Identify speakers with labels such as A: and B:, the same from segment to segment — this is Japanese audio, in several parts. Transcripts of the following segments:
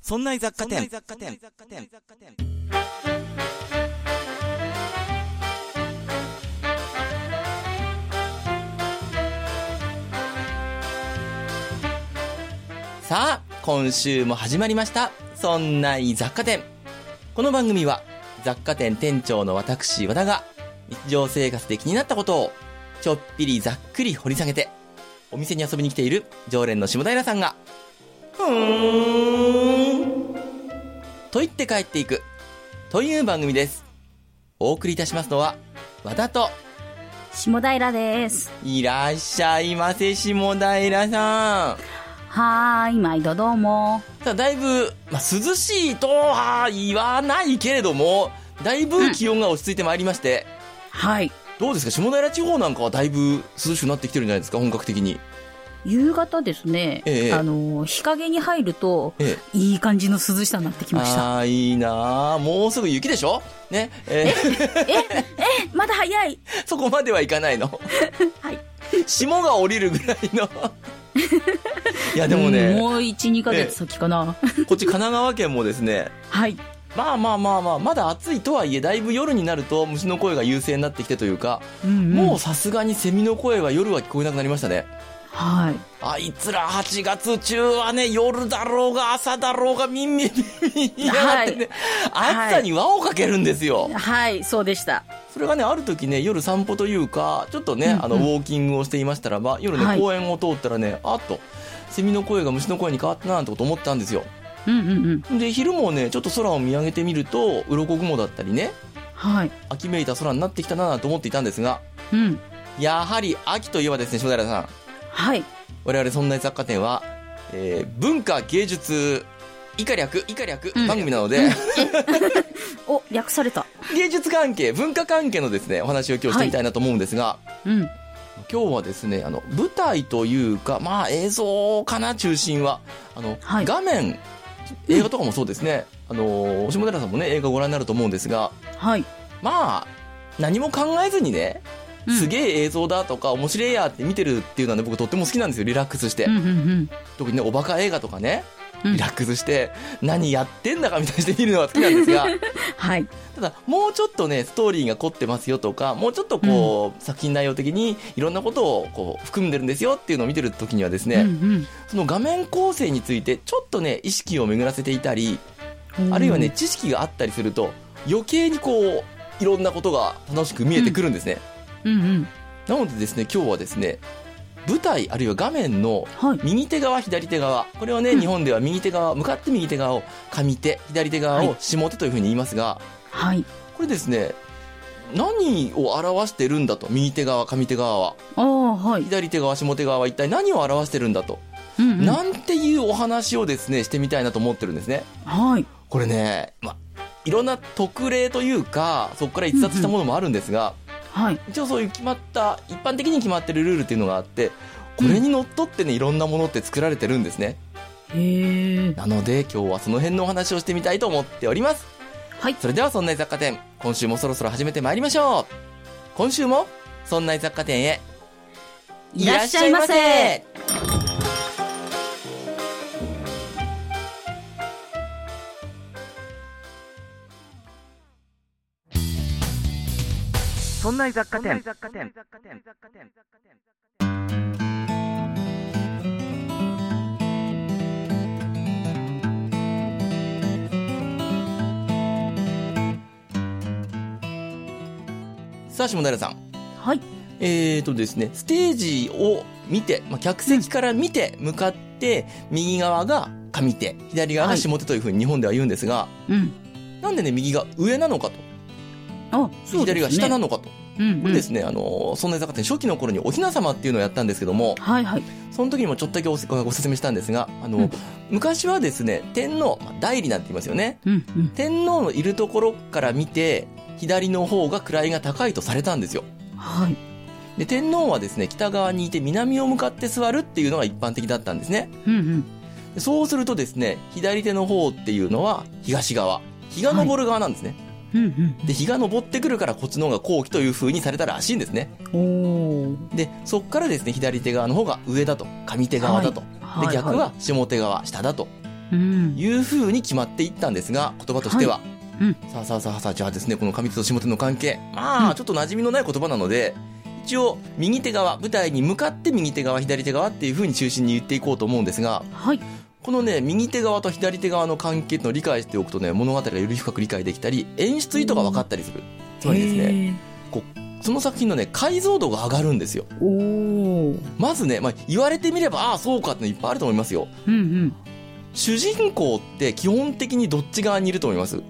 A: そんな雑貨店。さあ、今週も始まりました。そんな雑貨店。この番組は雑貨店店長の私、和田が日常生活で気になったことをちょっぴりざっくり掘り下げてお店に遊びに来ている常連の下平さんがふーんと言って帰っていくという番組です。お送りいたしますのは和田と
B: 下平です。
A: いらっしゃいませ下平さん。
B: はーい、毎度どうも。
A: さあ、だいぶ、まあ、涼しいとは言わないけれども、だいぶ気温が落ち着いてまいりまして、
B: はい。
A: どうですか下平地方なんかはだいぶ涼しくなってきてるんじゃないですか本格的に。
B: 夕方ですね、
A: ええ
B: あのー、日陰に入ると、
A: ええ
B: いい感じの涼しさになってきました。
A: ああ、いいなあもうすぐ雪でしょね。えー
B: え、まだ早い
A: そこまではいかないの。
B: はい。
A: 霜が降りるぐらいの。 いや、でもね
B: うん、もう1、2ヶ月先かな。
A: こっち神奈川県もですね、
B: はい。
A: まあまあまあまあ、まだ暑いとはいえ、だいぶ夜になると虫の声が優勢になってきてというか、
B: うんうん
A: もうさすがにセミの声は夜は聞こえなくなりましたね。
B: はい。
A: あいつら8月中はね、夜だろうが朝だろうがみんみんみん言いやがってね、
B: はい
A: 暑さに輪をかけるんですよ。
B: はい、そうでした。
A: それがね、ある時ね、夜散歩というか、ちょっとね、
B: うんうん
A: あの、ウォーキングをしていましたらば、夜ね、
B: はい
A: 公園を通ったらね、あっと、セミの声が虫の声に変わったななんてこと思ったんですよ。
B: うんうんうん。
A: で、昼もね、ちょっと空を見上げてみると、鱗雲だったりね、
B: はい。
A: 秋めいた空になってきたなと思っていたんですが、
B: うん。
A: やはり秋といえばですね、小平さん。
B: はい。
A: 我々そんな雑貨店は、えー文化芸術以下略以下略
B: うん
A: 番組なので、
B: お、略された。
A: 芸術関係文化関係のですねお話を今日してみたいなと思うんですが、
B: うん。
A: 今日はですねあの舞台というかまあ映像かな中心はあの、
B: はい
A: 画面映画とかもそうですね、あのー下寺さんもね映画ご覧になると思うんですが
B: はい。
A: まあ何も考えずにね
B: うん
A: すげえ映像だとか面白いやって見てるっていうのはね僕とっても好きなんですよリラックスして、
B: うんうんうん。
A: 特にねおバカ映画とかね
B: うん
A: リラックスして何やってんだかみたいにして見るのが好きなんです が
B: はい。
A: ただもうちょっとねストーリーが凝ってますよとかもうちょっとこう、作品内容的にいろんなことをこう含んでるんですよっていうのを見てる時にはですね、
B: うん
A: その画面構成についてちょっとね意識を巡らせていたり
B: うん。
A: あるいはね知識があったりすると余計にこういろんなことが楽しく見えてくるんですね、
B: うんうん。
A: なのでですね今日はですね舞台あるいは画面の
B: はい。
A: 右手側左手側これをね、
B: うん
A: 日本では右手側向かって右手側を上手左手側
B: は
A: を下手というふうに言いますが、
B: はい。
A: これですね何を表してるんだと右手側上手側は
B: ああ、はい。
A: 左手側下手側は一体何を表してるんだと、
B: うんうん。
A: なんていうお話をですねしてみたいなと思ってるんですね
B: はい。
A: これね、ま、いろんな特例というかそこから逸脱したものもあるんですが、
B: はい。
A: 一応そういう決まった一般的に決まってるルールっていうのがあってこれにのっとってねいろんなものって作られてるんですね
B: へえ。
A: なので今日はその辺のお話をしてみたいと思っております。
B: はい。
A: それではそんな雑貨店、今週もそろそろ始めてまいりましょう。今週も、そんな雑貨店へ、
B: いらっしゃいませ
A: そんな雑貨店。さあ、下平さん。
B: はい。
A: えーとですね、ステージを見て、まあ、客席から見て、向かって、右側が上手、左側が下手というふうに日本では言うんですが、
B: うん。
A: なんでね、右が上なのかと、
B: あ、そうですね。
A: 左が下なのかと。
B: うん、
A: こ
B: うん。
A: れですね、あの、そんな雑貨店初期の頃におひな様っていうのをやったんですけども、
B: はいはい。
A: その時にもちょっとだけおごご説明したんですが、あの、
B: うん
A: 昔はですね、天皇、まあ代理なんて言いますよね。
B: うんうん。
A: 天皇のいるところから見て、左の方が位が高いとされたんですよ。
B: はい。
A: で、天皇はですね、北側にいて南を向かって座るっていうのが一般的だったんですね。
B: うんうん。
A: でそうするとですね、左手の方っていうのは東側。日が昇る側なんですね。
B: うん
A: で、日が昇ってくるからこっちの方が後期という風にされたらしいんですね。
B: うん。おー。
A: で、そこからですね、左手側の方が上だと、上手側だと。
B: はいはい
A: で、逆は下手側、下だと。
B: うん。
A: いうふうに決まっていったんですが、言葉としては、
B: いうん
A: さあさあさあさあ、じゃあですね、この上手と下手の関係、まあ、ちょっと馴染みのない言葉なので、一応、右手側、舞台に向かって右手側、左手側っていうふうに中心に言っていこうと思うんですが、
B: はい。
A: このね、右手側と左手側の関係っていうのを理解しておくとね、物語がより深く理解できたり、演出意図が分かったりする。つまりですね、
B: ね。
A: その作品のね、解像度が上がるんですよ。
B: おお。
A: まずね、まあ、言われてみれば、ああ、そうかってのいっぱいあると思いますよ。
B: うんうん。
A: 主人公って基本的にどっち側にいると思います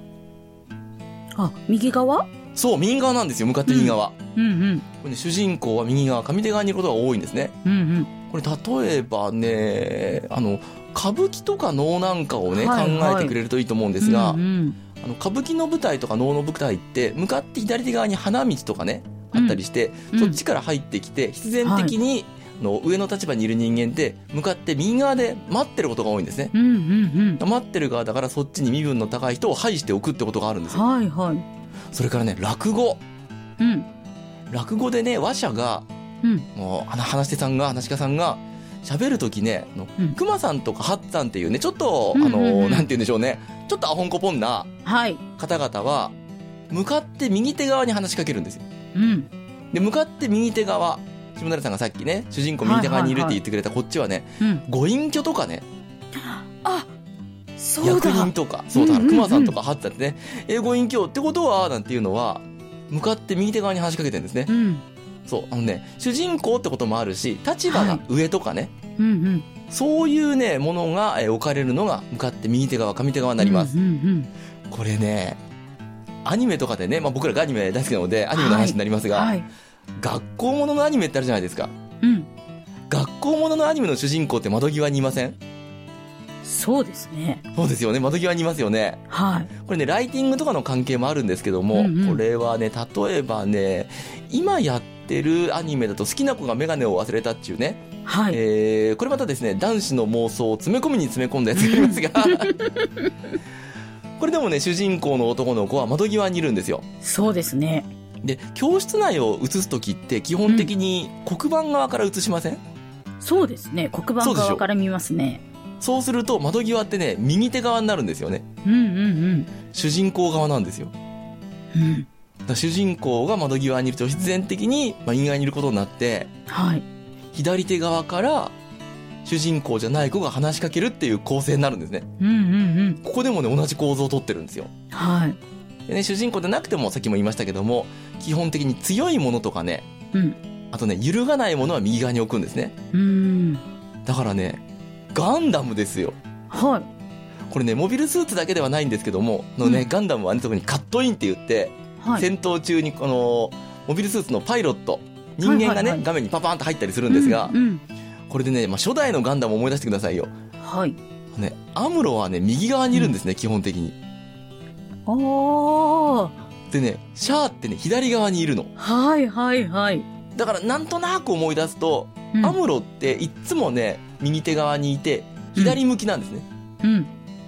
B: あ、右側
A: そう、右側なんですよ、向かって右側。こ
B: うんうん。
A: れね、主人公は右側、上手側にいることが多いんですね。
B: うん
A: これ、例えばね、あの、歌舞伎とか能なんかをね、
B: はいはい
A: 考えてくれるといいと思うん
B: う
A: で
B: ん。
A: すが、
B: うんうん
A: あの歌舞伎の舞台とか能の舞台って向かって左手側に花道とかねあったりして、
B: うん
A: そっちから入ってきて必然的に、あの上の立場にいる人間って向かって右側で待ってることが多いんですね。
B: うんうん
A: 待ってる側だからそっちに身分の高い人を配しておくってことがあるんです
B: うん。
A: よ。
B: はいはい。
A: それからね、落語。
B: うん。
A: 落語でね、話者が、
B: うん。
A: もう、あの話し手さんが、話し家さんが、喋るときね、あの
B: うん
A: 熊さんとかハッさんっていうね、ちょっと、
B: うん
A: あ
B: うんうん
A: の、なんて言うんでしょうね、ちょっとアホンコポンな
B: はい。
A: 方々は、向かって右手側に話しかけるんですよ
B: うん。
A: で向かって右手側下平さんがさっきね主人公右手側にいるって言ってくれたこっちはね、
B: うん。
A: ご隠居とかね
B: あ、そう
A: 役
B: だ。
A: 人とかそうだから
B: うんうんうん
A: 熊さんとかハッタってね、えーご隠居ってことはなんていうのは向かって右手側に話しかけてるんですね
B: う、ん。
A: そうあのね主人公ってこともあるし立場が上とかね、
B: うんうん。
A: そういうねものが、えー置かれるのが向かって右手側上手側になります、
B: うんうん
A: これねアニメとかでね、まあ、僕らがアニメ大好きなのでアニメの話になります
B: うん。
A: が、
B: はい。
A: 学校もののアニメってあるじゃないですか
B: うん。
A: 学校もののアニメの主人公って窓際にいません
B: そうですね。
A: そうですよね窓際にいますよね
B: はい。
A: これねライティングとかの関係もあるんですけども、
B: うんうん
A: これはね例えばね今やってるアニメだと好きな子が眼鏡を忘れたっていうね、
B: はい。
A: えーこれまたですね男子の妄想を詰め込みに詰め込んだやつがいますが これでもね主人公の男の子は窓際にいるんですよ
B: そうですね。
A: で教室内を映す時って基本的に黒板側から映しません、
B: そうですね。黒板
A: そうでしょ
B: 側から見ますね。
A: そうすると窓際ってね右手側になるんですよね
B: うんうん
A: 主人公側なんですよ
B: うん。うん。
A: だから主人公が窓際にいると必然的に、まあ、右側にいることになって
B: はい。
A: 左手側から主人公じゃない子が話しかけるっていう構成になるんですね
B: うんうんうん。
A: ここでもね同じ構造をとってるんですよ
B: はい。
A: でね主人公でなくてもさっきも言いましたけども基本的に強いものとかね
B: うん。
A: あとね揺るがないものは右側に置くんですね
B: うん。
A: だからねガンダムですよ
B: はい。
A: これねモビルスーツだけではないんですけどものね、
B: うん
A: ガンダムはね特にカットインって言って
B: はい。
A: 戦闘中にこのモビルスーツのパイロット人間がね、
B: はいはいはい
A: 画面にパパーンと入ったりするんですが、
B: うんうん。
A: これでね、まあ、初代のガンダムを思い出してくださいよ、
B: はい。
A: ね、アムロはね右側にいるんですね、基本的に
B: あー。
A: でねシャアってね左側にいるの
B: はいはいはい。
A: だからなんとなく思い出すと、
B: うん
A: アムロっていっつもね右手側にいて左向きなんですね、
B: うん。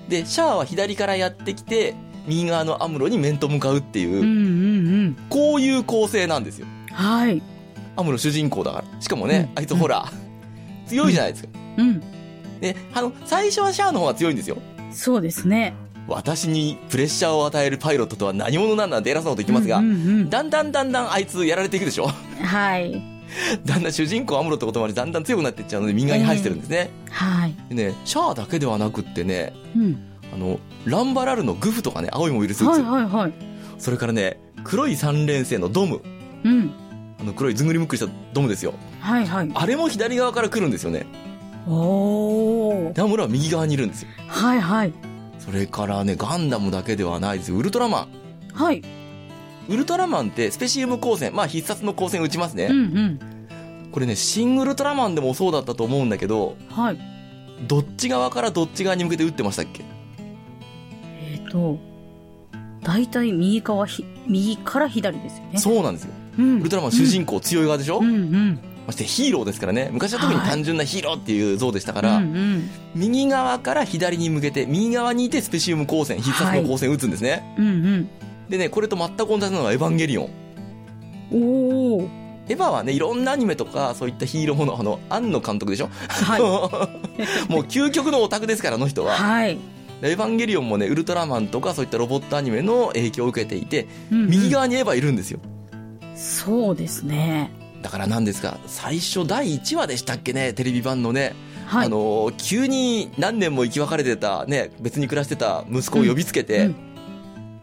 A: でシャアは左からやってきて右側のアムロに面と向かうっていう、
B: うんうん
A: こういう構成なんですよ
B: うん。はい。
A: アムロ主人公だからしかもね、
B: うん
A: あいつほら、強いじゃないですか
B: うん。
A: ね、あの、最初はシャアの方が強いんですよ。
B: そうですね。
A: 私にプレッシャーを与えるパイロットとは何者なんだって偉そうなこと言ってますが、
B: うんうん
A: だんだんだんだんあいつやられていくでしょ
B: うん。はい。
A: だんだん主人公アムロってこともあり、だんだん強くなっていっちゃうので、右側に入ってるんですね。
B: はい。
A: でね、シャアだけではなくってね、
B: うん。
A: あの、ランバラルのグフとかね、青いモビルスーツ。
B: はいはいはい。
A: それからね、黒い三連星のドム。
B: うん。
A: あの、黒いずんぐりむっくりしたドムですよ。
B: はいはい。
A: あれも左側から来るんですよね。
B: おー。
A: でアムロは右側にいるんですよ。
B: はいはい。
A: それからね、ガンダムだけではないですよ。ウルトラマン。
B: はい。
A: ウルトラマンってスペシウム光線、まあ必殺の光線打ちます
B: うん
A: ね。
B: うん。
A: これね、シングルトラマンでもそうだったと思うんだけど、
B: はい。
A: どっち側からどっち側に向けて打ってましたっけ
B: えっ、と、大体右側ひ、右から左ですよね。
A: そうなんですよ。
B: う。ん、
A: ウルトラマン主人公強い側でしょ、
B: うんうん。
A: ましてヒーローですからね。昔は特に単純なヒーローっていう像でしたか、
B: からうんうん。
A: 右側から左に向けて、右側にいてスペシウム光線、必殺の光線打つんですね。
B: うん
A: でね、これと全く同じなのがエヴァンゲリオン。
B: うん。おー。
A: エヴァはね、いろんなアニメとか、そういったヒーローもの、あの、庵野監督でしょ、
B: はい。
A: もう究極のオタクですから、あの人は。
B: はい。
A: エヴァンゲリオンもね、ウルトラマンとか、そういったロボットアニメの影響を受けていて、
B: うんうん
A: 右側にエヴァいるんですよ。
B: そうですね。
A: だから何ですか、最初第1話でしたっけね、テレビ版のね、
B: はい。
A: あのー、急に何年も生き別れてた、ね、別に暮らしてた息子を呼びつけて、
B: うん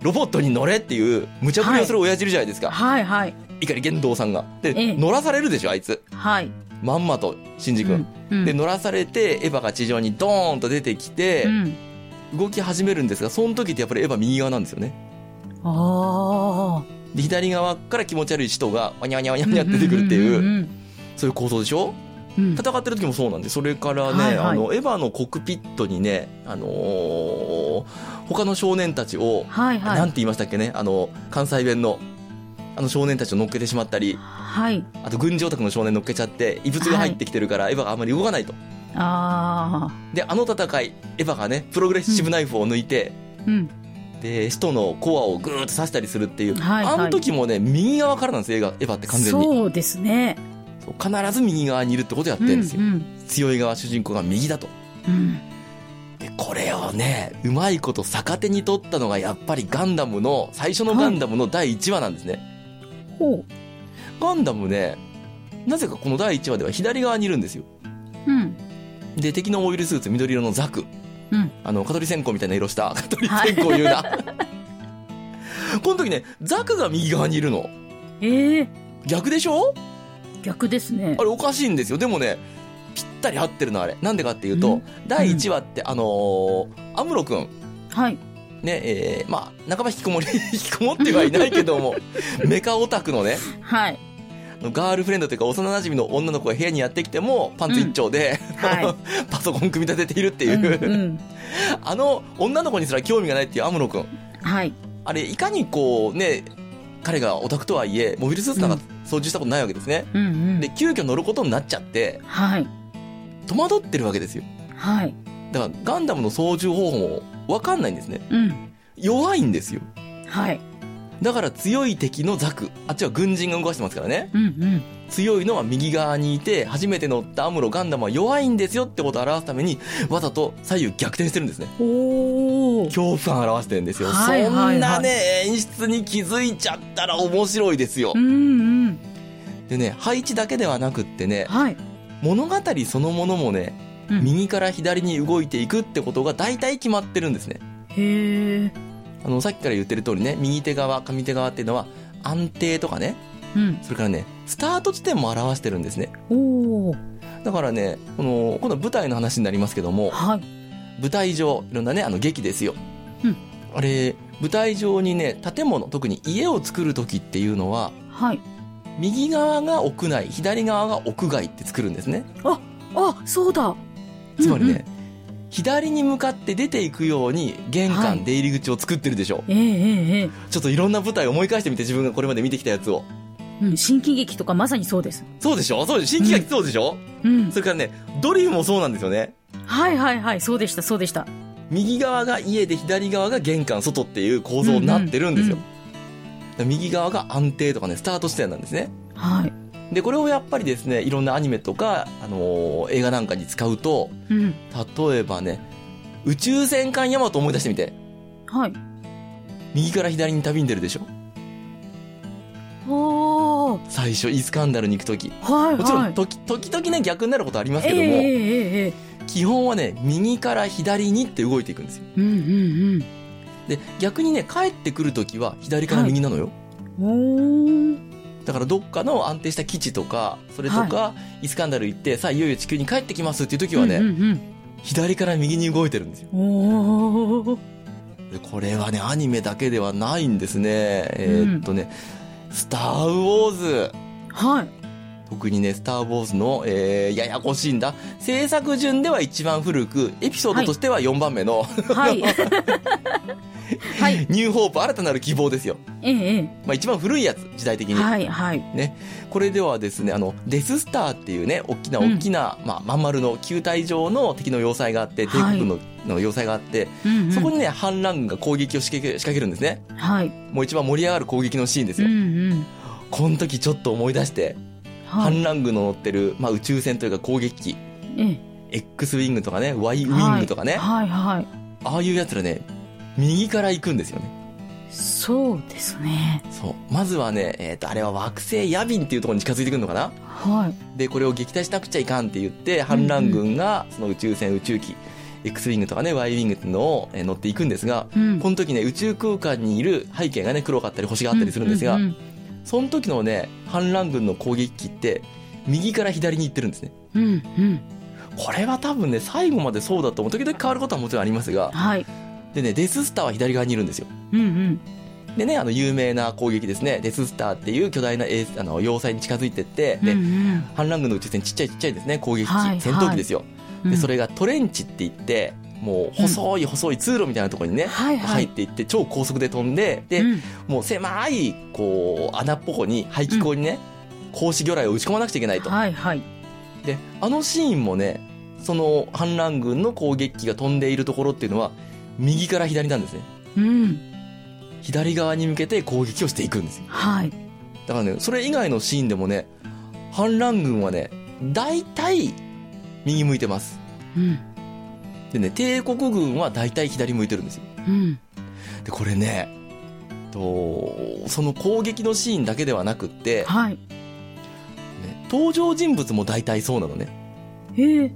A: ロボットに乗れっていう、無茶ぶりをする親父いるじゃないですか。
B: はいはい。
A: 碇玄道さんが。で、
B: ええ
A: 乗らされるでしょ、あいつ。
B: はい。
A: まんまと、シンジ君。
B: うん
A: で、乗らされて、エヴァが地上にドーンと出てきて
B: う、ん。
A: 動き始めるんですが、その時ってやっぱりエヴァ右側なんですよね。
B: ああ。
A: で、左側から気持ち悪い人が、わにゃわにゃわ にゃわにゃって出てくるって
B: ん
A: いう、
B: ん
A: そういう構造でしょ
B: うんうん。
A: 戦ってる時もそうなんで、それから
B: はい
A: ね、
B: はい
A: あの、エヴァのコックピットにね、あのー他の少年たちを、
B: はいは
A: なん
B: い。
A: て言いましたっけね、あの、関西弁の、あの少年たちを乗っけてしまったり、
B: はい。
A: あと軍事オタクの少年乗っけちゃって、異物が入ってきてるから、エヴァがあんまり動かないと。
B: あ
A: で、あの戦い、エヴァがね、プログレッシブナイフを抜いて、
B: あ。うん。
A: で、使徒のコアをぐーっと刺したりするっていう、
B: はいはい
A: あの時もね、右側からなんですよ、映画エヴァって完全に。
B: そうですね。
A: そう必ず右側にいるってことをやってるんですよ。
B: うんうん。
A: 強い側、主人公が右だと。
B: うん。
A: で、これをね、うまいこと逆手に取ったのが、やっぱりガンダムの、最初のガンダムの第1話なんですね。
B: ほ
A: ガンダムね、なぜかこの第1話では左側にいるんですよ。
B: う。うん。
A: で、敵のオイルスーツ、緑色のザク。
B: うん
A: あの、カトリ線香みたいな色した、カトリ線香言う な。この時ね、ザクが右側にいるの。
B: ええ
A: 逆でしょ
B: 逆ですね
A: あ。れおかしいんですよ。でもね、ぴったり合ってるの、あれ。なんでかっていうと、
B: うん
A: 第1話って、あのーアムロくん。
B: はい。
A: ね、えー、まあ、半ば引きこもり、 引きこもってはいないけど も、メカオタクのね、
B: はい。
A: あのガールフレンドというか幼馴染の女の子が部屋にやってきても、パンツ一丁で、
B: は
A: パソコン組み立てているって
B: い。
A: いう、
B: うんうん。
A: あの女の子にすら興味がないっていうアムロ君
B: はい。
A: あれいかにこうね彼がオタクとはいえモビルスーツなんか操縦したことないわけですね、
B: うんうん。
A: で急遽乗ることになっちゃって
B: はい。
A: 戸惑ってるわけですよ
B: はい。
A: だからガンダムの操縦方法も分かんないんですね
B: うん。
A: 弱いんですよ
B: はい。
A: だから強い敵のザクあっちは軍人が動かしてますからね
B: うんうん。
A: 強いのは右側にいて初めて乗ったアムロガンダムは弱いんですよってことを表すためにわざと左右逆転してるんですね
B: おお。
A: 恐怖感を表してるんですよ、
B: はいはいはい
A: そんなね演出に気づいちゃったら面白いですよ、
B: うんうん。
A: でね配置だけではなくってね
B: はい。
A: 物語そのものもね、
B: うん
A: 右から左に動いていくってことが大体決まってるんですね
B: へえ。
A: あのさっきから言ってる通りね右手側上手側っていうのは安定とかね
B: うん。
A: それからねスタート地点も表してるんですね
B: おお。
A: だからねこの今度は舞台の話になりますけども
B: はい。
A: 舞台上いろんなねあの劇ですよ、
B: うん
A: あれ舞台上にね建物特に家を作る時っていうのは
B: はい。
A: 右側が屋内左側が屋外って作るんですね
B: あ、そうだ。
A: つまりね、左に向かって出ていくように玄関、
B: はい
A: 出入り口を作ってるでしょ
B: えええええ
A: ちょっといろんな舞台思い返してみて自分がこれまで見てきたやつを
B: え。うん。新喜劇とかまさにそうです。
A: そうでしょそうでしょ新規が来そうでしょ、
B: うん。
A: それからねドリフもそうなんですよね
B: はいはいはい。そうでした、そうでした。
A: 右側が家で左側が玄関外っていう構造になってるんですよ、
B: うん
A: 右側が安定とかねスタート地点なんですね
B: はい。
A: でこれをやっぱりですねいろんなアニメとか、あのー映画なんかに使うと
B: うん。
A: 例えばね宇宙戦艦ヤマト思い出してみて
B: はい。
A: 右から左に旅に出るでしょ
B: おー。
A: 最初イスカンダルに行く時
B: はいはい。
A: もちろん時時々ね逆になることあります
B: え
A: けども、
B: えええええ。
A: 基本はね右から左にって動いていくんですよ
B: うんうん
A: で逆にね帰ってくる時は左から右なのよ、
B: うん。おー。
A: だからどっかの安定した基地とかそれとか、イスカンダル行ってさあいよいよ地球に帰ってきますっていう時はね、
B: うんうん
A: 左から右に動いてるんですよ
B: うん、おー。
A: でこれはねアニメだけではないんですねえーっとね、スター・ウォーズ」
B: はい。
A: 特にね「スター・ウォーズの」えーややこしいんだ制作順では一番古くエピソードとしては4番目の、
B: はい。はい。
A: ニューホープ新たなる希望ですよ。
B: えええ
A: まあ一番古いやつ、時代的
B: え。
A: に。
B: はいはい。
A: これではですね、あの、デススターっていうね、大きな
B: うん
A: 大きな、まあ、まん丸の球体上の敵の要塞があって、帝
B: はい
A: 国の,、の要塞があって、
B: うんうん
A: そこにね、反乱軍が攻撃を仕掛け仕掛けるんですね。
B: はい。
A: もう一番盛り上がる攻撃のシーンです
B: うん
A: よ。
B: うん。
A: この時ちょっと思い出して、
B: は
A: 反
B: い。
A: 乱軍の乗ってる、まあ、宇宙船というか攻撃機、
B: え
A: X ウィングとかね、Y ウ
B: え
A: ィングとかね、
B: はいはいは
A: ああいうやつらね、右から行くんですよね。
B: い。そうですね。
A: そう。まずはね、えっ、と、あれは惑星ヤビンっていうところに近づいてくるのかな
B: はい。
A: で、これを撃退しなくちゃいかんって言って、反乱軍が、その宇宙船、宇宙機、X ウィングとかね、Y ウィングっていうのをえー乗っていくんですが、
B: うん。
A: この時ね、宇宙空間にいる背景がね、黒かったり星があったりするんですが、
B: うん
A: その時のね、反乱軍の攻撃機って、右から左に行ってるんですね。
B: うんうんうんうん
A: これは多分ね、最後までそうだと思う。時々変わることはもちろんありますが、
B: はい。
A: でね、デススターは左側にいるんですよ。
B: うんうん。
A: でね、あの、有名な攻撃ですね。デススターっていう巨大な衛あの要塞に近づいてって、で、
B: うんうん
A: 反乱軍の宇宙船ちっちゃいちっちゃいですね、攻撃機、
B: はい
A: 戦闘機ですよ。
B: うん
A: で、それがトレンチって言って、もう細い細い通路みたいなところにね、
B: はいは
A: 入
B: い
A: っていって超高速で飛んで、で、
B: うん
A: もう狭い、こう、穴っぽこに、排気口にね、格子魚雷を打ち込まなくちゃいけないと。
B: はいはい。
A: で、あのシーンもね、その反乱軍の攻撃機が飛んでいるところっていうのは、右から左なんですね。
B: うん。
A: 左側に向けて攻撃をしていくんですよ。
B: はい。
A: だからね、それ以外のシーンでもね、反乱軍はね、大体、右向いてます。
B: うん。
A: でね、帝国軍は大体左向いてるんですよ。
B: うん。
A: で、これね、と、その攻撃のシーンだけではなくって、
B: はい。
A: ね登場人物も大体そうなのね。
B: へえ。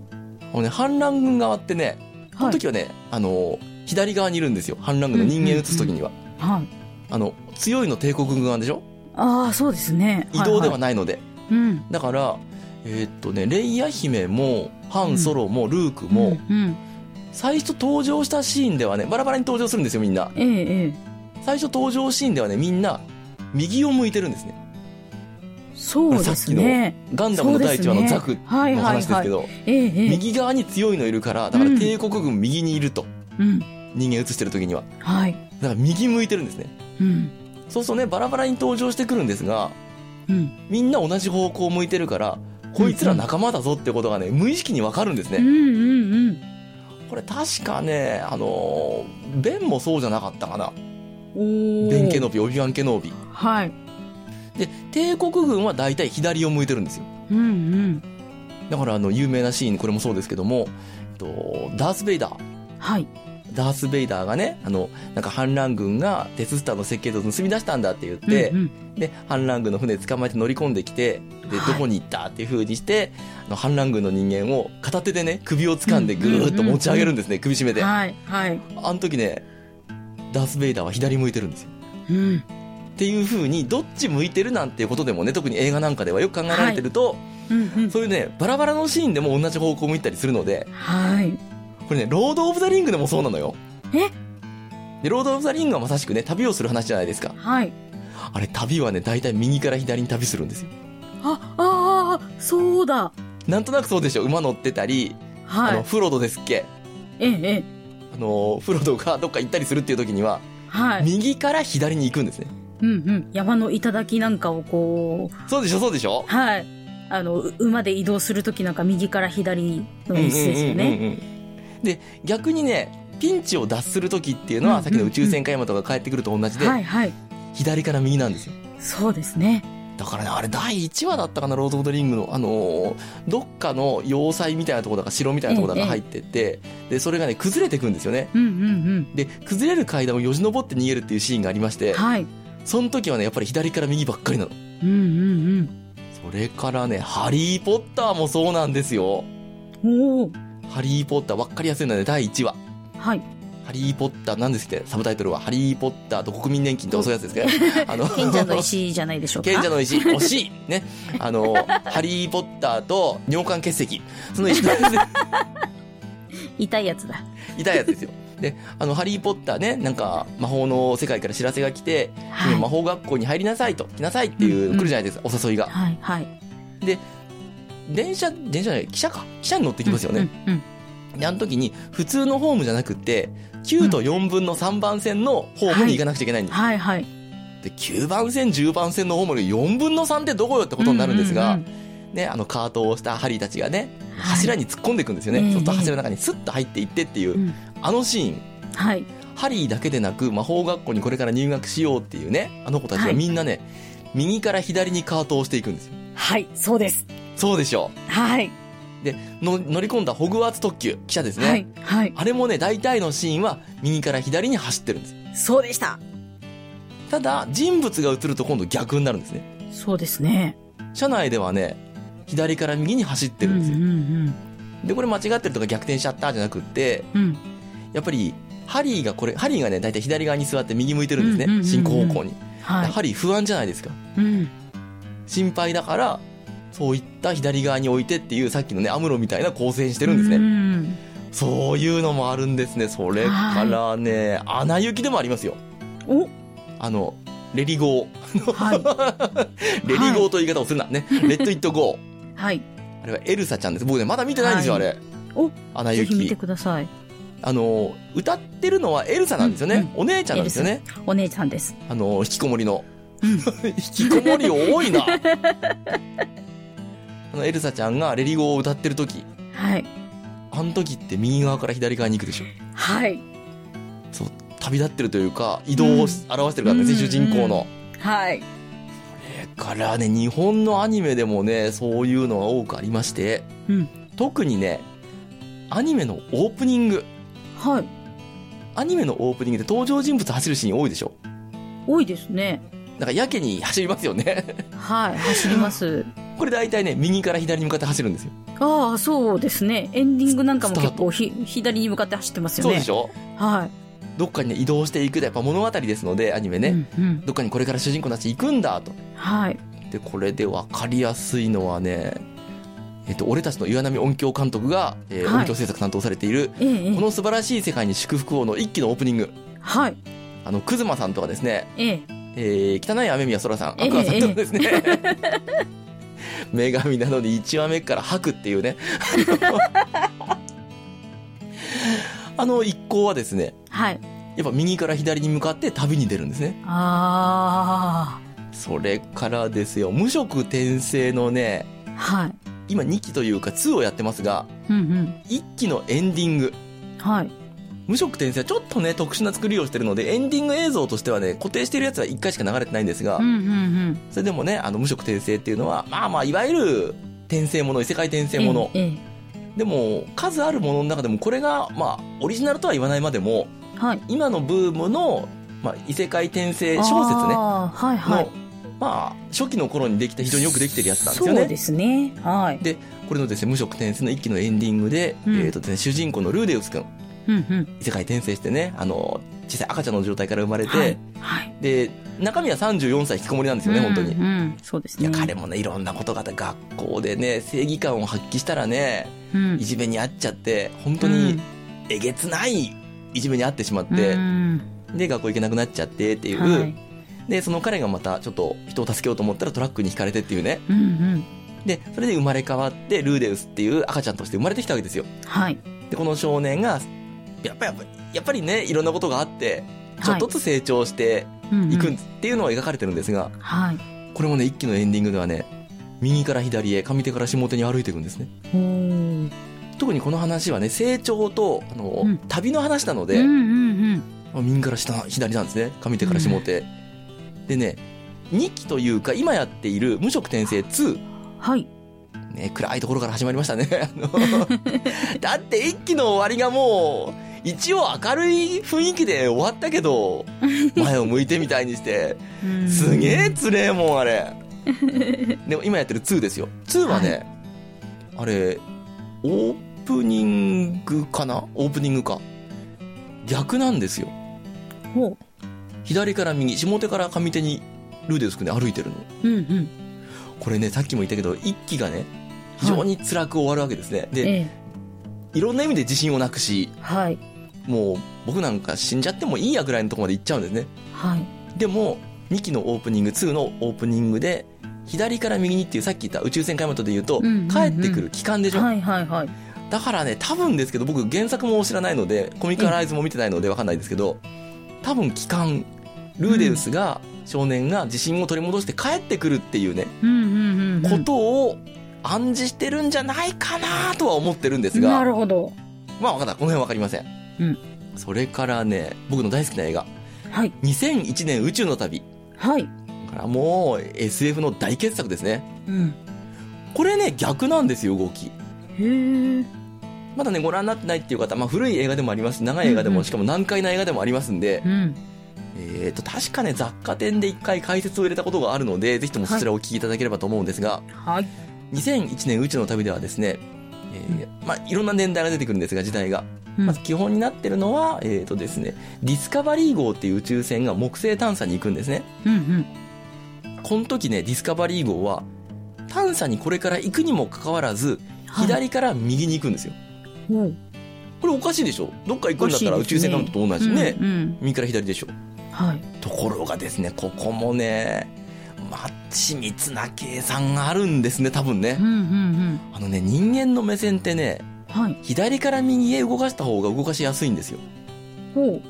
A: あのね、反乱軍側ってね、この
B: はい。
A: 時はね、あの、左側にいるんですよ。反乱軍の人間撃つ時には。
B: はい。
A: あの、強いの帝国軍側でしょ
B: ああ、そうですね。
A: 移動ではい
B: い
A: ないので。
B: うん。
A: だから、えーっとね、レイヤ姫も、ハン・ソロも、ルークも、
B: うん。
A: 最初登場したシーンではね、バラバラに登場するんですよ、みんな。
B: ええええ。
A: 最初登場シーンではね、みんな、右を向いてるんですね。
B: そうですね。
A: ガンダムの第1話のザクの
B: はいはいはい
A: 話ですけど、
B: ええええ。
A: 右側に強いのいるから、だから帝国軍右にいると。
B: うん。
A: 人間映してる時には。
B: はい。
A: だから右向いてるんですね。
B: うん。
A: そうするとね、バラバラに登場してくるんですが、
B: うん。
A: みんな同じ方向を向いてるから、こいつら仲間だぞってことがね、無意識にわかるんです
B: うん
A: ね。
B: うんうん。
A: これ確かね、あのーベンもそうじゃなかったかな。
B: おお。
A: ベンケノビ、オビワンケノビ。
B: はい。
A: で、帝国軍は大体左を向いてるんですよ。
B: うんうん。
A: だからあの、有名なシーン、これもそうですけども、えっと、ダース・ベイダー。
B: はい。
A: ダース・ベイダーがね、あの、なんか反乱軍がデススターの設計図を盗み出したんだって言って、
B: うんうん
A: で、反乱軍の船捕まえて乗り込んできて、で、
B: は
A: ど
B: い
A: こに行ったっていう風にして、あの反乱軍の人間を片手でね、首を掴んでぐーっと持ち上げるんですね、首絞めて。あ
B: はいはい。
A: の時ね、ダース・ベイダーは左向いてるんですよ。
B: うん。
A: っていう風に、どっち向いてるなんていうことでもね、特に映画なんかではよく考えられてると、
B: うんうん。
A: そういうね、バラバラのシーンでも同じ方向向いたりするので、
B: はい。
A: これね、ロード・オブ・ザ・リングでもそうなのよ。
B: え
A: で、ロード・オブ・ザ・リングはまさしくね、旅をする話じゃないですか。
B: はい。
A: あれ、旅はね、大体右から左に旅するんですよ。
B: あ、ああ、そうだ。
A: なんとなくそうでしょ馬乗ってたり、あ
B: は
A: の、
B: い。
A: フロドですっけ
B: ええええ。
A: あの、フロドがどっか行ったりするっていう時には、
B: はい。
A: 右から左に行くんですね。
B: うんうん。山の頂なんかをこう、
A: そうでしょそうでしょ
B: はい。あの、う馬で移動するときなんか右から左の椅子ですよ
A: うんうん
B: ね。
A: うんうんで、逆にね、ピンチを脱する時っていうの
B: うんう
A: は、
B: ん
A: さっきの宇宙戦艦ヤマトが帰ってくると同じで、
B: はいはい。
A: 左から右なんですよ。
B: そうですね。
A: だからね、あれ第1話だったかな、ロード・オブ・ザ・リングの、あのーどっかの要塞みたいなところだか、城みたいなところだ
B: え
A: か入
B: え
A: ってって、で、それがね、崩れてくんですよね。
B: うんうん
A: で、崩れる階段をよじ登って逃げるっていうシーンがありまし
B: うん。
A: て、
B: はい。
A: その時はね、やっぱり左から右ばっかりなの。
B: うんうん
A: それからね、ハリー・ポッターもそうなんですよ。
B: うん。おお。
A: ハリー・ポッターわかりやすいので、第1話。
B: はい。
A: ハリー・ポッター、なんですって、サブタイトルは、ハリー・ポッターと国民年金ってそういうやつですけど、あの、
B: 賢者の。石じゃないでしょう か。
A: 賢者の石、惜しいね。あの、ハリー・ポッターと尿管結石。その石なんです
B: 痛いやつだ。
A: 痛いやつですよ。で、あの、ハリー・ポッターね、なんか、魔法の世界から知らせが来て、
B: はい
A: 君魔。法学校に入りなさいと、来なさいっていう、
B: うんうん
A: 来るじゃないですか、お誘いが。
B: はいはい。
A: 電車、電車じゃない、汽車か。汽車に乗ってきますよね。
B: うん。うん
A: で、あの時に、普通のホームじゃなくって、9と4分の3番線のホームに行かなくちゃいけないんです。
B: はいはい。
A: で、9番線、10番線のホームで4分の3ってどこよってことになるんですが、
B: うう
A: ね、あの、カートをしたハリーたちがね、
B: うん
A: 柱に突っ込んでいくんですよね。
B: え
A: そ
B: え
A: うすると柱の中にスッと入っていってっていう、
B: うん
A: あのシーン。
B: はい。
A: ハリーだけでなく、魔法学校にこれから入学しようっていうね、あの子たちがみんなね、右から左にカートをしていくんですよ。
B: はい、そうです。
A: そうでしょ
B: はい。
A: う。で、の乗り込んだホグワーツ特急、汽車ですね。
B: はい。はい。
A: あれもね、大体のシーンは右から左に走ってるんです。
B: そうでした。
A: ただ、人物が映ると今度逆になるんですね。
B: そうですね。
A: 車内ではね、左から右に走って
B: う
A: る
B: んうんん
A: ですよ。
B: うん。
A: で、これ間違ってるとか逆転しちゃったじゃなくって、
B: うん。
A: やっぱり、ハリーがこれ、ハリーがね、大体左側に座って右向いてるんですね。
B: うんうんうんうん
A: 進行方向に。
B: は
A: ハリー不安じゃないですか。
B: い。うん。
A: 心配だから、そういった左側に置いてっていうさっきのね、アムロみたいな構成して
B: て
A: るんですね。
B: ね。
A: そういうのもあるんですね。それからね、穴行きでもありますよ。
B: お
A: あの、レリゴー。
B: は
A: レリゴーという言い方をするな。ね。レッド・イット・ゴー。
B: い。 はい。
A: あれはエルサちゃんです。僕ね、まだ見てないんですよ、
B: はい
A: あれ。
B: お
A: アナ
B: ぜひ見て
A: 雪。
B: ください。
A: あの、歌ってるのはエルサなんですよね。
B: うん
A: お姉ちゃんなんですよね。
B: お姉さんです。
A: あの、引きこもりの。
B: うん。
A: 引きこもり多いな。 あの、エルサちゃんがレリゴーを歌ってる時、
B: はい。
A: あの時って右側から左側に行くでしょ。
B: はい。
A: そう、旅立ってるというか、移動を表してるからね、
B: うん
A: 主人公の。
B: はい。
A: だからね、日本のアニメでもね、そういうのが多くありまして、
B: うん
A: 特にね、アニメのオープニング、
B: はい。
A: アニメのオープニングで登場人物走るシーン多いでしょ
B: 多いですね。
A: なんかやけに走りますよね。
B: はい。走ります。
A: これ大体ね、右から左に向かって走るんですよ。
B: ああ、そうですね。エンディングなんかも結構ひ、左に向かって走ってますよ
A: そう
B: ね。
A: でしょ
B: は
A: どっかにね、移動していくとやっぱ物語ですので、アニメ
B: い。
A: ね。
B: うんうん。
A: どっかにこれから主人公たち行くんだと。
B: はい。
A: で、これで分かりやすいのはね、えっと、俺たちの岩波音響監督が、えー
B: はい
A: 音響制作担当されている、
B: えええ
A: こ
B: え。
A: の素晴らしい世界に祝福をの一期のオープニング。
B: はい。
A: あの、くずまさんとかですね、
B: ええ。
A: えー、汚い雨宮空さん、
B: ええ
A: アクアさんとかですね、 女神なのに1話目から吐くっていうね。 あの一行はですね、
B: はい。
A: やっぱ右から左に向かって旅に出るんですね。
B: あ
A: それからですよ、無職転生のね、
B: あ。はい。
A: 今2期というか2をやってますが、
B: うん
A: 1期のエンディング。
B: うん。はい。
A: 無職転生はちょっとね、特殊な作りをしてるので、エンディング映像としてはね、固定してるやつは1回しか流れてないんですが
B: うん、うんうん。
A: それでもね、あの、無職転生っていうのは、まあまあ、いわゆる、転生もの、異世界転生もの。
B: えええ
A: でも、数あるものの中でも、これが、まあ、オリジナルとは言わないまでも、
B: え。はい。
A: 今のブームの、まあ、異世界転生小説ね、の、
B: ああ、はいはい。
A: まあ、初期の頃にできた、非常によくできてるやつなんですよ
B: そう
A: ね
B: で。すね。はい。
A: これのですね、無職転生の一期のエンディングで、
B: うん
A: えっ、とですね、主人公のルーデウス君、
B: うんうん。
A: 異世界転生してね、あの、小さい赤ちゃんの状態から生まれて、
B: はい。はい。
A: で、中身は34歳引きこもりなんですよね、本当に
B: う。んうん。そうです
A: い
B: ね。
A: や、彼もね、いろんなことがあって、学校でね、正義感を発揮したらね、
B: うん
A: いじめに遭っちゃって、本当にえげつないいじめに遭ってしまって
B: う、ん
A: で、学校行けなくなっちゃってっていう、
B: はい
A: で、その彼がまたちょっと人を助けようと思ったらトラックにひかれてっていうね。
B: うんうん。
A: で、それで生まれ変わって、ルーデウスっていう赤ちゃんとして生まれてきたわけですよ。
B: はい。
A: で、この少年が、やっぱやっぱやっぱりね、いろんなことがあって、ちょっとずつ成長していく
B: うん
A: っていうのが描かれてるんですが、
B: うん。はい。
A: これもね、一期のエンディングではね、右から左へ、上手から下手に歩いていくんですね。
B: おー
A: 特にこの話はね、成長と、あの、
B: うん
A: 旅の話なの
B: うん
A: で、
B: うん
A: 右から下、左なんですね。上手から下手。でね、2期というか、今やっている無職転生2、
B: うん。はい。
A: ね、暗いところから始まりましたね。 あの だって1期の終わりがもう、一応明るい雰囲気で終わったけ ど、前を向いてみたいにして、
B: うん
A: すげえつれえもん、あ れ。でも今やってる2ですよ。2はね、あれ、オープニングかなオープニングか。逆なんですよ。
B: ほ
A: 左から右、下手から上手にルーデウス君ね、歩いてるの。
B: う。うんうん。
A: これね、さっきも言ったけど、一期がね、非常に辛く終わるわけですね。で、
B: ええ。
A: いろんな意味で自信をなくし、
B: はい。
A: もう僕なんか死んじゃってもいいやぐらいのとこまで行っちゃうんですね。
B: はい。
A: でも、2期のオープニング、2のオープニングで、左から右にっていうさっき言った宇宙船開幕で言うと、
B: うんうんうん
A: 帰ってくる期間でしょ、
B: はいはいはい。
A: だからね、多分ですけど、僕原作も知らないので、コミカライズも見てないのでわかんないですけど、多分期間、ルーデウスが、少年が自信を取り戻して帰ってくるっていうね、
B: うんうんうんう
A: こ
B: ん。
A: とを暗示してるんじゃないかなとは思ってるんですが、
B: なるほど。
A: まあわかんない。この辺わかりません。
B: うん
A: それからね、僕の大好きな映画、
B: はい。
A: 2001年宇宙の旅。
B: はい。
A: これはもう SF の大傑作ですね。
B: うん。
A: これね、逆なんですよ、動き。
B: へえ。
A: まだね、ご覧になってないっていう方、まあ、古い映画でもあります。長い映画で
B: うんう
A: も、
B: ん
A: しかも難解な映画でもありますんで
B: う、ん。
A: えっと、確かね、雑貨店で一回解説を入れたことがあるので、ぜひともそちらをお聞きいただければと思うんですが、
B: はい。
A: 2001年宇宙の旅ではですね、えーまあ、いろんな年代が出てくるんですが、時代が。
B: うん
A: まず基本になってるのは、えっ、とですね、ディスカバリー号っていう宇宙船が木星探査に行くんですね。
B: うんうん。
A: この時ね、ディスカバリー号は、探査にこれから行くにもかかわらず、
B: はい。
A: 左から右に行くんですよ。
B: おう
A: これおかしいでしょどっか行くんだったら
B: お
A: 宇
B: かし
A: 宙
B: いです
A: 船
B: ね
A: なんと同じね。
B: うんうん。
A: 右から左でしょ
B: はい。
A: ところがですね、ここもね、まあ、緻密な計算があるんですね、多分ね
B: うん。うんうん。
A: あのね、人間の目線ってね、
B: はい。
A: 左から右へ動かした方が動かしやすいんですよ。
B: おう。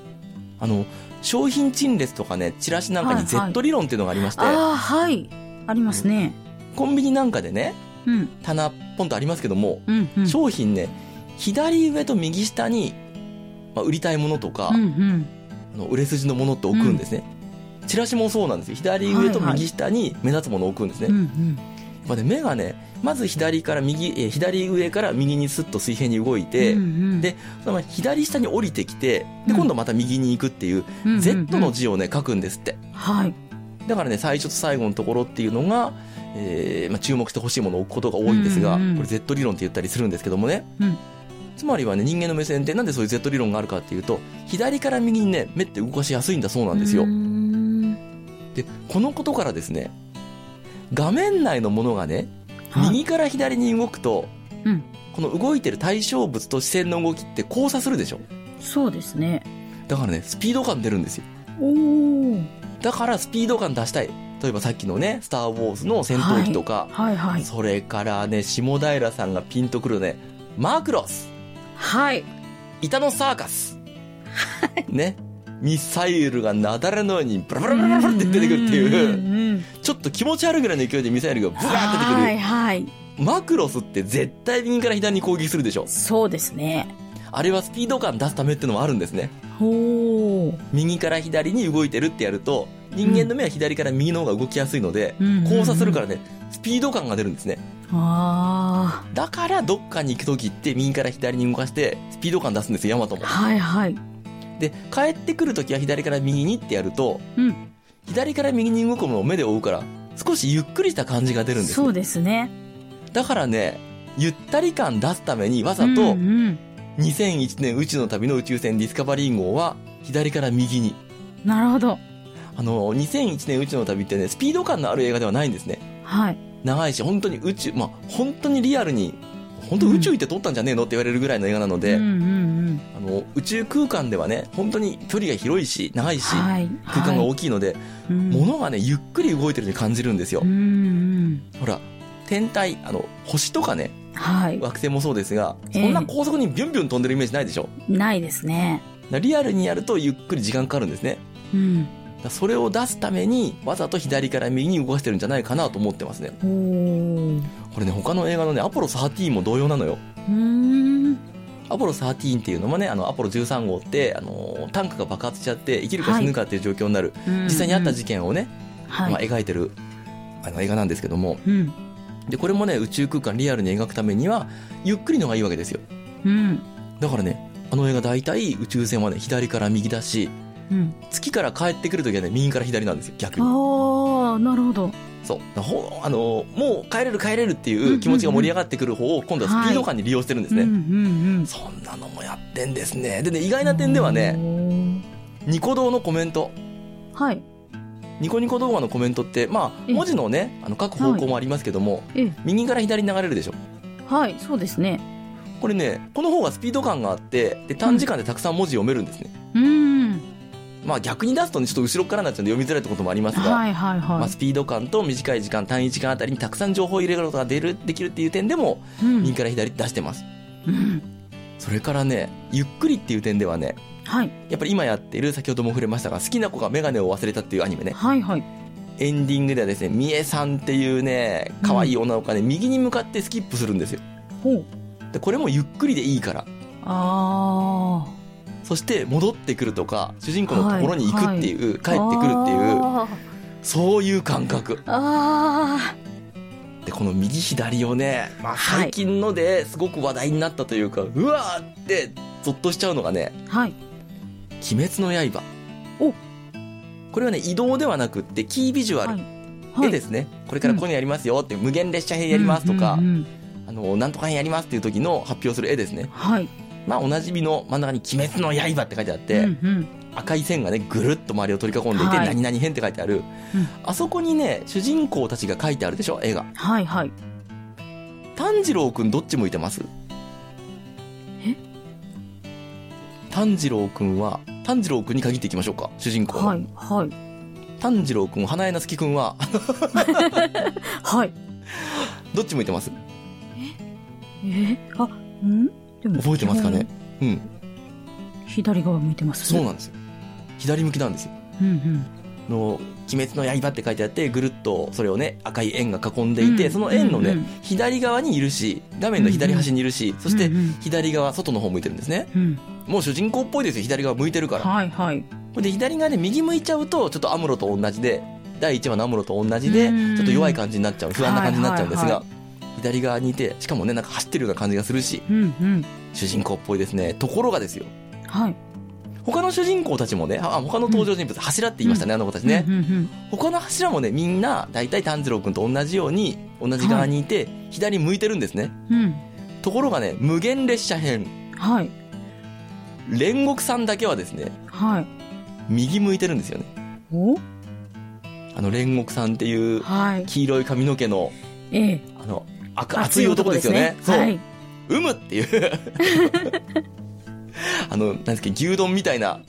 A: あの、商品陳列とかね、チラシなんか
B: はい
A: に
B: はい
A: Z 理論っていうのがありまして、
B: ああ、はい。ありますね。
A: コンビニなんかでね、
B: うん。
A: 棚ポンとありますけども、
B: うんうん。
A: 商品ね、左上と右下に、まあ、売りたいものとか、
B: うんうん。
A: あの売れ筋のものって置くんですね。チラシもそうなんですよ。左上と右下に目立つものを置くんですね。
B: うんうん。
A: やっぱね目がね、まず左から右、えー左上から右にスッと水平に動いて、
B: うんうん
A: で、そのまま左下に降りてきて、で、
B: うん
A: 今度また右に行くっていう、
B: うんうんうん
A: Z の字をね、書くんですって。
B: はい。
A: だからね、最初と最後のところっていうのが、えーまあ、注目してほしいものを置くことが多いんですが、
B: うんうんうん
A: これ Z 理論って言ったりするんですけどもね。
B: うん
A: つまりはね、人間の目線ってなんでそういう Z 理論があるかっていうと、左から右にね、目って動かしやすいんだそうなんですよ
B: うー。ん
A: で、このことからですね、画面内のものがね、
B: はい
A: 右から左に動くと、
B: うん
A: この動いてる対象物と視線の動きって交差するでしょ
B: そうですね。
A: だからね、スピード感出るんですよ。
B: おお。
A: だからスピード感出したい。例えばさっきのね、スターウォーズの戦闘機とか、
B: はいはい。
A: それからね、下平さんがピンとくるね、マークロス、
B: はい。
A: イタノサーカス、ね、ミサイルがなだれのようにブラブラブラブラって出てくるっていう、
B: うんうん。
A: ちょっと気持ち悪いぐらいの勢いでミサイルがブワーって出てく
B: は
A: る
B: い。はい。
A: マクロスって絶対右から左に攻撃するでしょ。
B: そうですね。
A: あれはスピード感出すためってのもあるんですね。
B: ほう。
A: 右から左に動いてるってやると、人間の目は左から右の方が動きやすいので、
B: うんうんうん
A: 交差するからね、スピード感が出るんですね。
B: あ
A: だからどっかに行くときって右から左に動かして、スピード感出すんですよ、ヤマトも
B: あ。。はいはい。
A: で、帰ってくるときは左から右にってやると、
B: うん。
A: 左から右に動くものを目で追うから、少しゆっくりした感じが出るんです
B: そ
A: よ。
B: うですね。
A: だからね、ゆったり感出すためにわざ
B: う
A: と
B: ん、うん。
A: 2001年宇宙の旅の宇宙船ディスカバリー号は、左から右に。
B: なるほど。
A: あの、2001年宇宙の旅ってね、スピード感のある映画ではないんですね。
B: はい。
A: 長いし、本当に宇宙、まあ、本当にリアルに、本当宇宙行って撮ったんじゃねえのって言われるぐらいの映画なので、
B: うんうんうん。
A: あの、宇宙空間ではね、本当に距離が広いし、長いし、
B: はい。
A: 空間が大きいので、
B: きいも
A: 物がね、ゆっくり動いてるように感じるんですよ
B: うん。うん。
A: ほら、天体、あの、星とかね、
B: はい。
A: 惑星もそうですが、
B: え
A: そ
B: え
A: んな高速にビュンビュン飛んでるイメージないでしょ。
B: ないですね。
A: リアルにやるとゆっくり時間かかるんですね。
B: うん。
A: だからそれを出すために、わざと左から右に動かしてるんじゃないかなと思ってますね。
B: おお。う
A: これね、他の映画のね、アポロ13も同様なのよ。
B: ーん。
A: アポロ13っていうのもね、あの、アポロ13号って、あのー、タンクが爆発しちゃって、生きるか死ぬかっていう状況になる、実際にあった事件をね、
B: うんうんは
A: まあ、
B: い。
A: 描いてる、あの、映画なんですけども。
B: うん。
A: で、これもね、宇宙空間リアルに描くためには、ゆっくりのがいいわけですよ。
B: うん。
A: だからね、あの映画大体宇宙船はね、左から右だし、
B: うん。
A: 月から帰ってくるときはね、右から左なんですよ、逆に。
B: ああ、なるほど。
A: そう。ほあのー、もう帰れる帰れるっていう気持ちが盛り上がってくる方を、今度はスピード感に利用してるんですね。
B: うんうん
A: そんなのもやってんですね。でね、意外
B: うん。
A: な点ではね、
B: ね。
A: ニコ動のコメント。
B: はい。
A: ニコニコ動画のコメントって、まあ、
B: ええ
A: 文字のね、あの、各方向もありますけども、
B: ええ
A: 右から左に流れるでしょ。
B: はい、そうですね。
A: これね、この方がスピード感があって、で、短時間でたくさん文字読めるんですね。
B: うん。
A: まあ、逆に出すとね、ちょっと後ろからになっちゃうんで読みづらいってこともありますが、
B: はいはいはい。
A: まあ、スピード感と短い時間、単位時間あたりにたくさん情報を入れることが出る、できるっていう点でも、
B: うん
A: 右から左に出してます。
B: うん
A: それからね、ゆっくりっていう点ではね、
B: はい。
A: やっぱり今やってる、先ほども触れましたが、好きな子がメガネを忘れたっていうアニメね。
B: はいはい。
A: エンディングではですね、みえさんっていうね、可愛い女の子がね、右に向かってスキップするんですよ。
B: ほう。
A: で、これもゆっくりでいいから。
B: ああ。
A: そして戻ってくるとか、主人公のところに行くっていう、帰ってくるっていう、
B: あー
A: そういう感覚。
B: あ
A: でこの右左をね、まあ、
B: はい
A: 最近のですごく話題になったというか、うわーってゾッとしちゃうのがね
B: はい。
A: 「鬼滅の刃」
B: お
A: これはね移動ではなくってキービジュアル、
B: はい
A: でですねこれからこういうのやりますよって、無限列車編やりますとか、
B: うんうんうん
A: あのなんとか編やりますっていう時の発表する絵ですね
B: はい。
A: まあおなじみの真ん中に「鬼滅の刃」って書いてあって、
B: うんうん
A: 赤い線がねぐるっと周りを取り囲んでいて「
B: はい
A: 何々編」って書いてある、
B: うん
A: あそこにね主人公たちが書いてあるでしょ絵が
B: はいはい。
A: 炭治郎くんどっち向いてます
B: え
A: 炭治郎くんは炭治郎くんに限っていきましょうか主人公の、
B: はいはい。
A: 炭治郎くん花江夏樹くんは
B: はい。
A: どっち向いてます
B: えあ、んでも
A: 覚えてますかねうん
B: 左側向いてます。
A: そうなんですよ左向きなんですよ
B: うんうん。
A: の「鬼滅の刃」って書いてあってぐるっとそれをね赤い円が囲んでいて、
B: うん
A: その円のね、
B: うんうん
A: 左側にいるし画面の左端にいるし、そして
B: うんうん
A: 左側外の方向いてるんですね
B: うん。
A: もう主人公っぽいですよ左側向いてるから
B: はいはい。
A: これで左側で右向いちゃうとちょっとアムロと同じで第1話のアムロと同じで
B: うん
A: ちょっと弱い感じになっちゃう不安な感じになっちゃうんですが、
B: はいは
A: 左側にいてしかもねなんか走ってるような感じがするし
B: うんうん。
A: 主人公っぽいですねところがですよ
B: はい。
A: 他の主人公たちもねあ他の登場人物柱って言いましたね、あの子たちね、
B: うんうん
A: 他の柱もねみんな大体炭治郎くんと同じように同じ側にいて、左向いてるんですね
B: うん。
A: ところがね無限列車編
B: うん。はい。
A: 煉獄さんだけはですね
B: はい。
A: 右向いてるんですよね
B: お
A: あの煉獄さんっていう
B: はい。
A: 黄色い髪の毛の
B: ええ。
A: あの赤熱い男ですよね
B: 熱い男ですは
A: そ
B: い。
A: う「うむ」っていう あのなんですか牛丼みたいな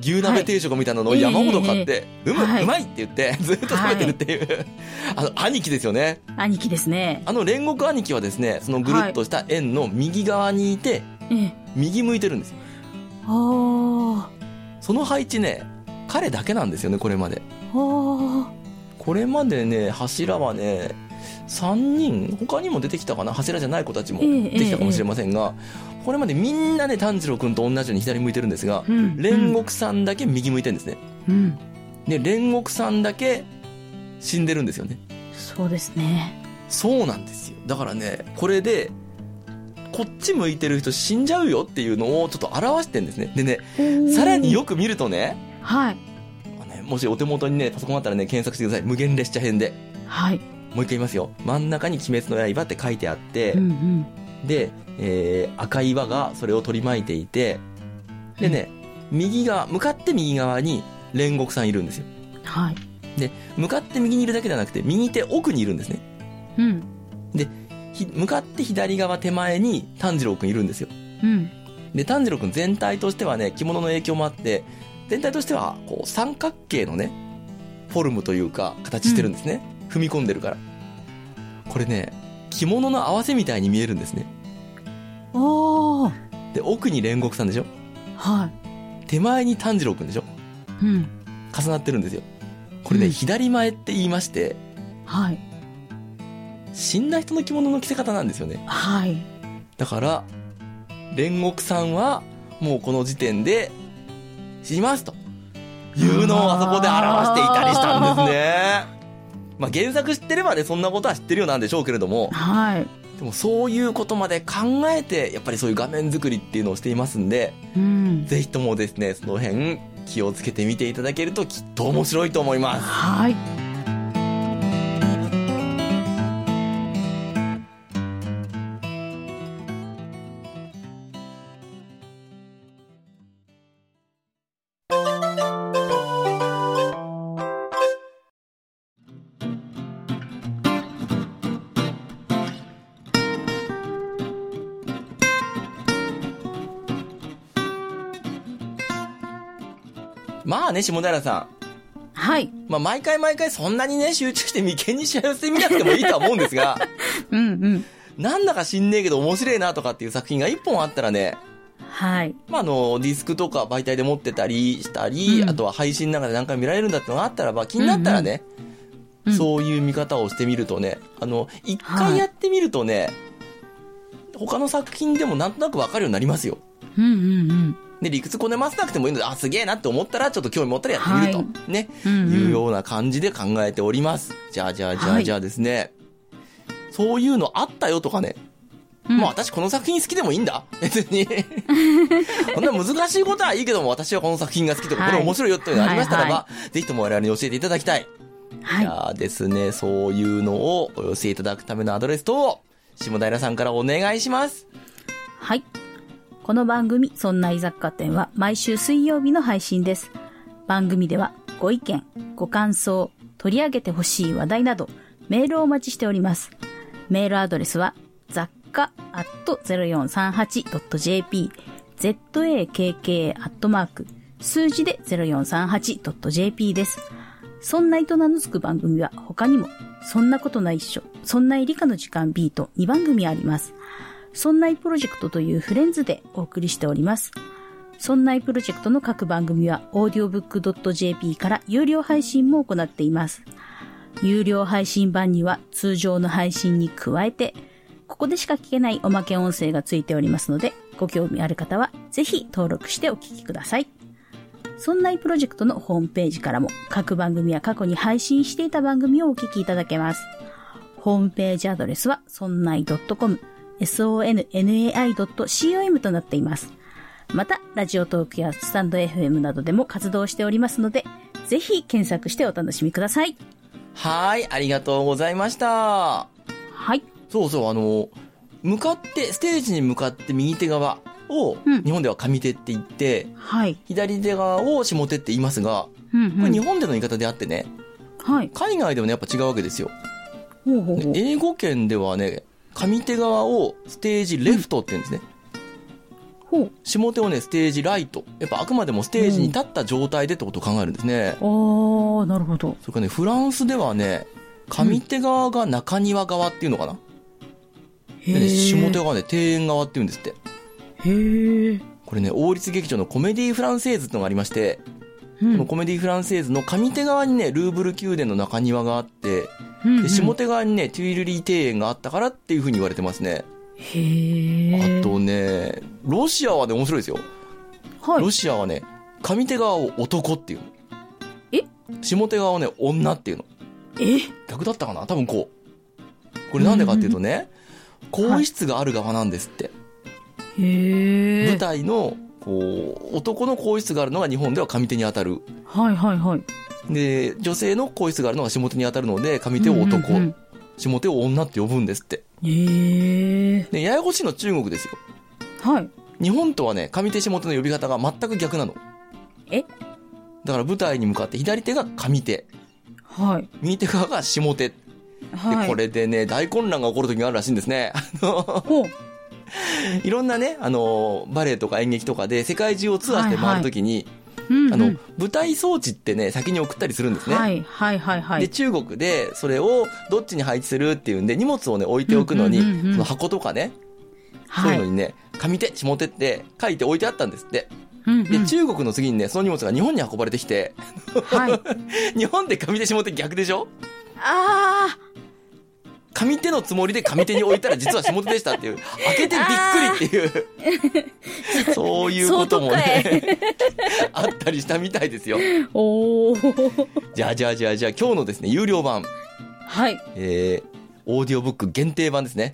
A: 牛鍋定食みたいなのを
B: はい
A: 山ほど買って「
B: え
A: うむ、
B: はいう
A: まい!」って言って ずっと食べてるっていう、 あの兄貴ですよね
B: 兄貴ですね。
A: あの煉獄兄貴はですね、そのぐるっとした円の右側にいて、
B: ええ。
A: 右向いてるんですよ。
B: あ
A: その配置ね、彼だけなんですよね、これまで。
B: あ。あ
A: これまでね、柱はね、3人、他にも出てきたかな、柱じゃない子たちも
B: ええ
A: 出てきたかもしれませんが、これまでみんなね、炭治郎くんと同じように左向いてるんですが
B: あ。、うん。
A: 煉獄さんだけ右向いてるんですね。
B: うん。うん。
A: で、煉獄さんだけ死んでるんですよね。
B: そうですね。
A: そうなんですよ。だからね、これで、こっち向いてる人死んじゃうよっていうのをちょっと表してんですね。でね、さらによく見るとね、
B: はい。
A: あのねもしお手元にね、パソコンあったらね、検索してください。無限列車編で。
B: はい。
A: もう一回言いますよ。真ん中に鬼滅の刃って書いてあって、
B: うんうん。
A: で、えー、赤い輪がそれを取り巻いていて、でね、右側、向かって右側に煉獄さんいるんですよ。
B: はい。
A: 向かって右にいるだけじゃなくて、右手奥にいるんですね。
B: うん。
A: ひ向かって左側手前に炭治郎くんいるんですよ。
B: うん。
A: で炭治郎くん全体としてはね着物の影響もあって全体としてはこう三角形のねフォルムというか形してるんですね、踏み込んでるからこれね着物の合わせみたいに見えるんですね
B: おー。
A: で奥に煉獄さんでしょ
B: は
A: 手前に炭治郎くんでしょ
B: い。うん。
A: 重なってるんですよこれね、
B: うん
A: 左前って言いまして
B: はい。
A: 死んだ人の着物の着せ方なんですよね
B: はい。
A: だから煉獄さんはもうこの時点で死にますというのをあそこで表していたりしたんですね。まあ原作知ってればね、そんなことは知ってるようなんでしょうけれども、
B: はい。
A: でもそういうことまで考えて、やっぱりそういう画面作りっていうのをしていますんで、
B: うん。
A: ぜひともですね、その辺気をつけてみていただけるときっと面白いと思います。
B: はい。
A: まあね、下平さん。
B: はい。
A: まあ毎回毎回そんなにね、集中して眉間にしわ寄せてみなくてもいいとは思うんですが、
B: うんうん。
A: なんだか知んねえけど面白いなとかっていう作品が一本あったらね、
B: はい。
A: まあ、あの、ディスクとか媒体で持ってたりしたり、
B: うん
A: あとは配信の中で何回見られるんだってのがあったらば、気になったらね、
B: うんうん
A: そういう見方をしてみるとね、あの、一回やってみるとね、他の作品でもなんとなくわかるようになりますよ。
B: うんうんうん。
A: で、理屈こねますなくてもいいので、あ、すげえなって思ったら、ちょっと興味持ったらやってみると。
B: は
A: ね、
B: うんうん
A: いうような感じで考えております。じゃあ、じゃあ、じゃあ、
B: はい
A: じゃあですね。そういうのあったよとかね。
B: うん
A: まあ私この作品好きでもいいんだ。別 に。そんな難しいことはいいけども、私はこの作品が好きとか、
B: はい
A: これ面白いよというのがありましたらば、
B: はいは
A: ぜひとも我々に教えていただきたい。
B: はい
A: じ。ゃあですね、そういうのをお寄せいただくためのアドレスと、下平さんからお願いします。
B: はい。この番組、そんな居雑貨店は毎週水曜日の配信です。番組ではご意見、ご感想、取り上げてほしい話題など、メールをお待ちしております。メールアドレスは、雑貨 0438.jp、zakka アットマーク、数字で 0438.jp です。そんないと名の付く番組は他にも、そんなことないっしょ、そんない理科の時間 B と2番組あります。そんないプロジェクトというフレンズでお送りしております。そんないプロジェクトの各番組は audiobook.jp から有料配信も行っています。有料配信版には通常の配信に加えて、ここでしか聞けないおまけ音声がついておりますので、ご興味ある方はぜひ登録してお聞きください。そんないプロジェクトのホームページからも各番組や過去に配信していた番組をお聞きいただけます。ホームページアドレスは、そんない .com、sonnai.com となっています。また、ラジオトークやスタンド FM などでも活動しておりますので、ぜひ検索してお楽しみください。
A: はい、ありがとうございました。
B: はい。
A: そうそう、あの、向かって、ステージに向かって右手側を、
B: うん
A: 日本では上手って言って、
B: はい。
A: 左手側を下手って言いますが、
B: うん、
A: こ
B: う
A: れ日
B: ん。
A: 本での言い方であってね、
B: はい。
A: 海外ではね、やっぱ違うわけですよ。
B: ほうほうほう。
A: 英語圏ではね、上手側をステージレフトって言うんですね。
B: ほ
A: 下手をね、ステージライト。やっぱあくまでもステージに立った状態でってことを考えるんですね。
B: う。あー、なるほど。
A: それからね、フランスではね、上手側が中庭側っていうのかな、
B: へ
A: でね、下手
B: へ
A: 側がね、庭園側って言うんですって。
B: ー。
A: これね、王立劇場のコメディフランセーズってのがありまして、こ
B: うん
A: のコメディフランセーズの上手側にね、ルーブル宮殿の中庭があって、
B: うんうん
A: で下手側にね、テュイルリー庭園があったからっていう風に言われてますね。
B: へー。
A: あとね、ロシアはね、面白いですよ。
B: はい
A: ロ。シアはね、上手側を男っていうの。
B: え
A: 下手側をね、女っていうの。
B: え
A: 逆だったかな多分こう。これなんでかっていうとね、更衣室がある側なんですって。
B: へ
A: 舞
B: ー。
A: 台の、こう、男の更衣室があるのが日本では上手に当たる。
B: はいはいはい。
A: で、女性の更衣室があるのが下手に当たるので、上手を男、
B: うんうんうん
A: 下手を女って呼ぶんですって。
B: へー。
A: で、ややこしいのは中国ですよ。
B: はい。
A: 日本とはね、上手下手の呼び方が全く逆なの。
B: え
A: だから舞台に向かって左手が上手、
B: はい。
A: 右手側が下手。で、
B: はい。
A: こ。れでね、大混乱が起こる時があるらしいんですね。 あの、
B: ほう。
A: いろんなね、あの、バレエとか演劇とかで世界中をツアーして回る時に、
B: うん、うん。
A: あの、舞台装置ってね、先に送ったりするんですね。
B: はいはいはいはい。
A: で、中国で、それをどっちに配置するっていうんで、荷物をね、置いておくのに、
B: うんうんうんうん
A: その箱とかね、そう
B: は
A: いう
B: い
A: のにね、紙手、下手って書いて置いてあったんですって。
B: うんうん
A: で、中国の次にね、その荷物が日本に運ばれてきて、
B: はい。
A: 日本で紙手下手逆でしょ
B: あ
A: 紙手のつもりで紙手に置いたら実は下手でしたっていう、開けてびっくりっていう、 そういうこともね、 あったりしたみたいですよ。
B: あおー。
A: じゃあじゃあじゃあじゃあ今日のですね、有料版、
B: はい。
A: えー、オーディオブック限定版ですね。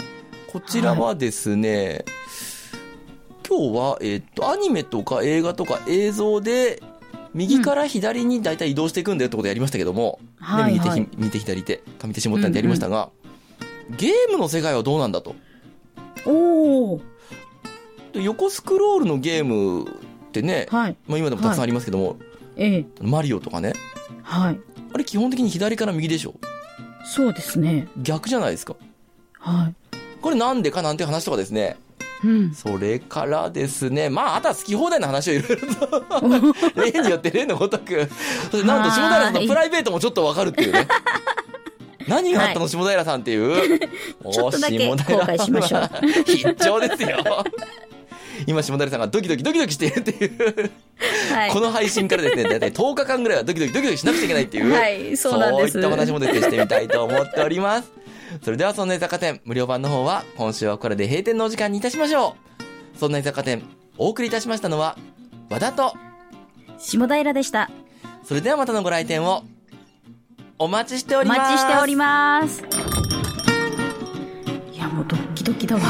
A: こちらはですね、今日は、えーっと、アニメとか映画とか映像で、右から左に大体移動していくんだよってことやりましたけども、
B: はい
A: ね
B: はい
A: 右手ひ、右手左手、上手下手ってやりましたが、ゲームの世界はどうなんだと。
B: おー。
A: で横スクロールのゲームってね、
B: はい。
A: まあ今でもたくさんありますけども、
B: ええ。
A: マリオとかね、
B: はい。
A: あれ基本的に左から右でしょ
B: そうですね。
A: 逆じゃないですか。
B: は
A: これなんでかなんて話とかですね、
B: い。うん。
A: それからですね、まあ、あとは好き放題の話をいろいろ と、例によって例のごとく、そしてなんと下平さんのプライベートもちょっとわかるっていうね。何があったの下平さんっていう。おー
B: ちょっとだけ
A: 下平さん
B: 後悔しましょう
A: は 必聴ですよ。今、下平さんがドキドキドキドキしているっていう、
B: はい
A: こ。の配信からですね、だいたい10日間ぐらいはドキドキドキドキしなくちゃいけないっていう、
B: はいそうなんです
A: そういったお話もですね、してみたいと思っております。それでは、そんな居酒店、無料版の方は、今週はこれで閉店のお時間にいたしましょう。そんな居酒店、お送りいたしましたのは、和田と、
B: 下平でした。
A: それではまたのご来店を、お待ちしてお
B: お
A: ります。
B: 待ちしております。ドキドキだわ。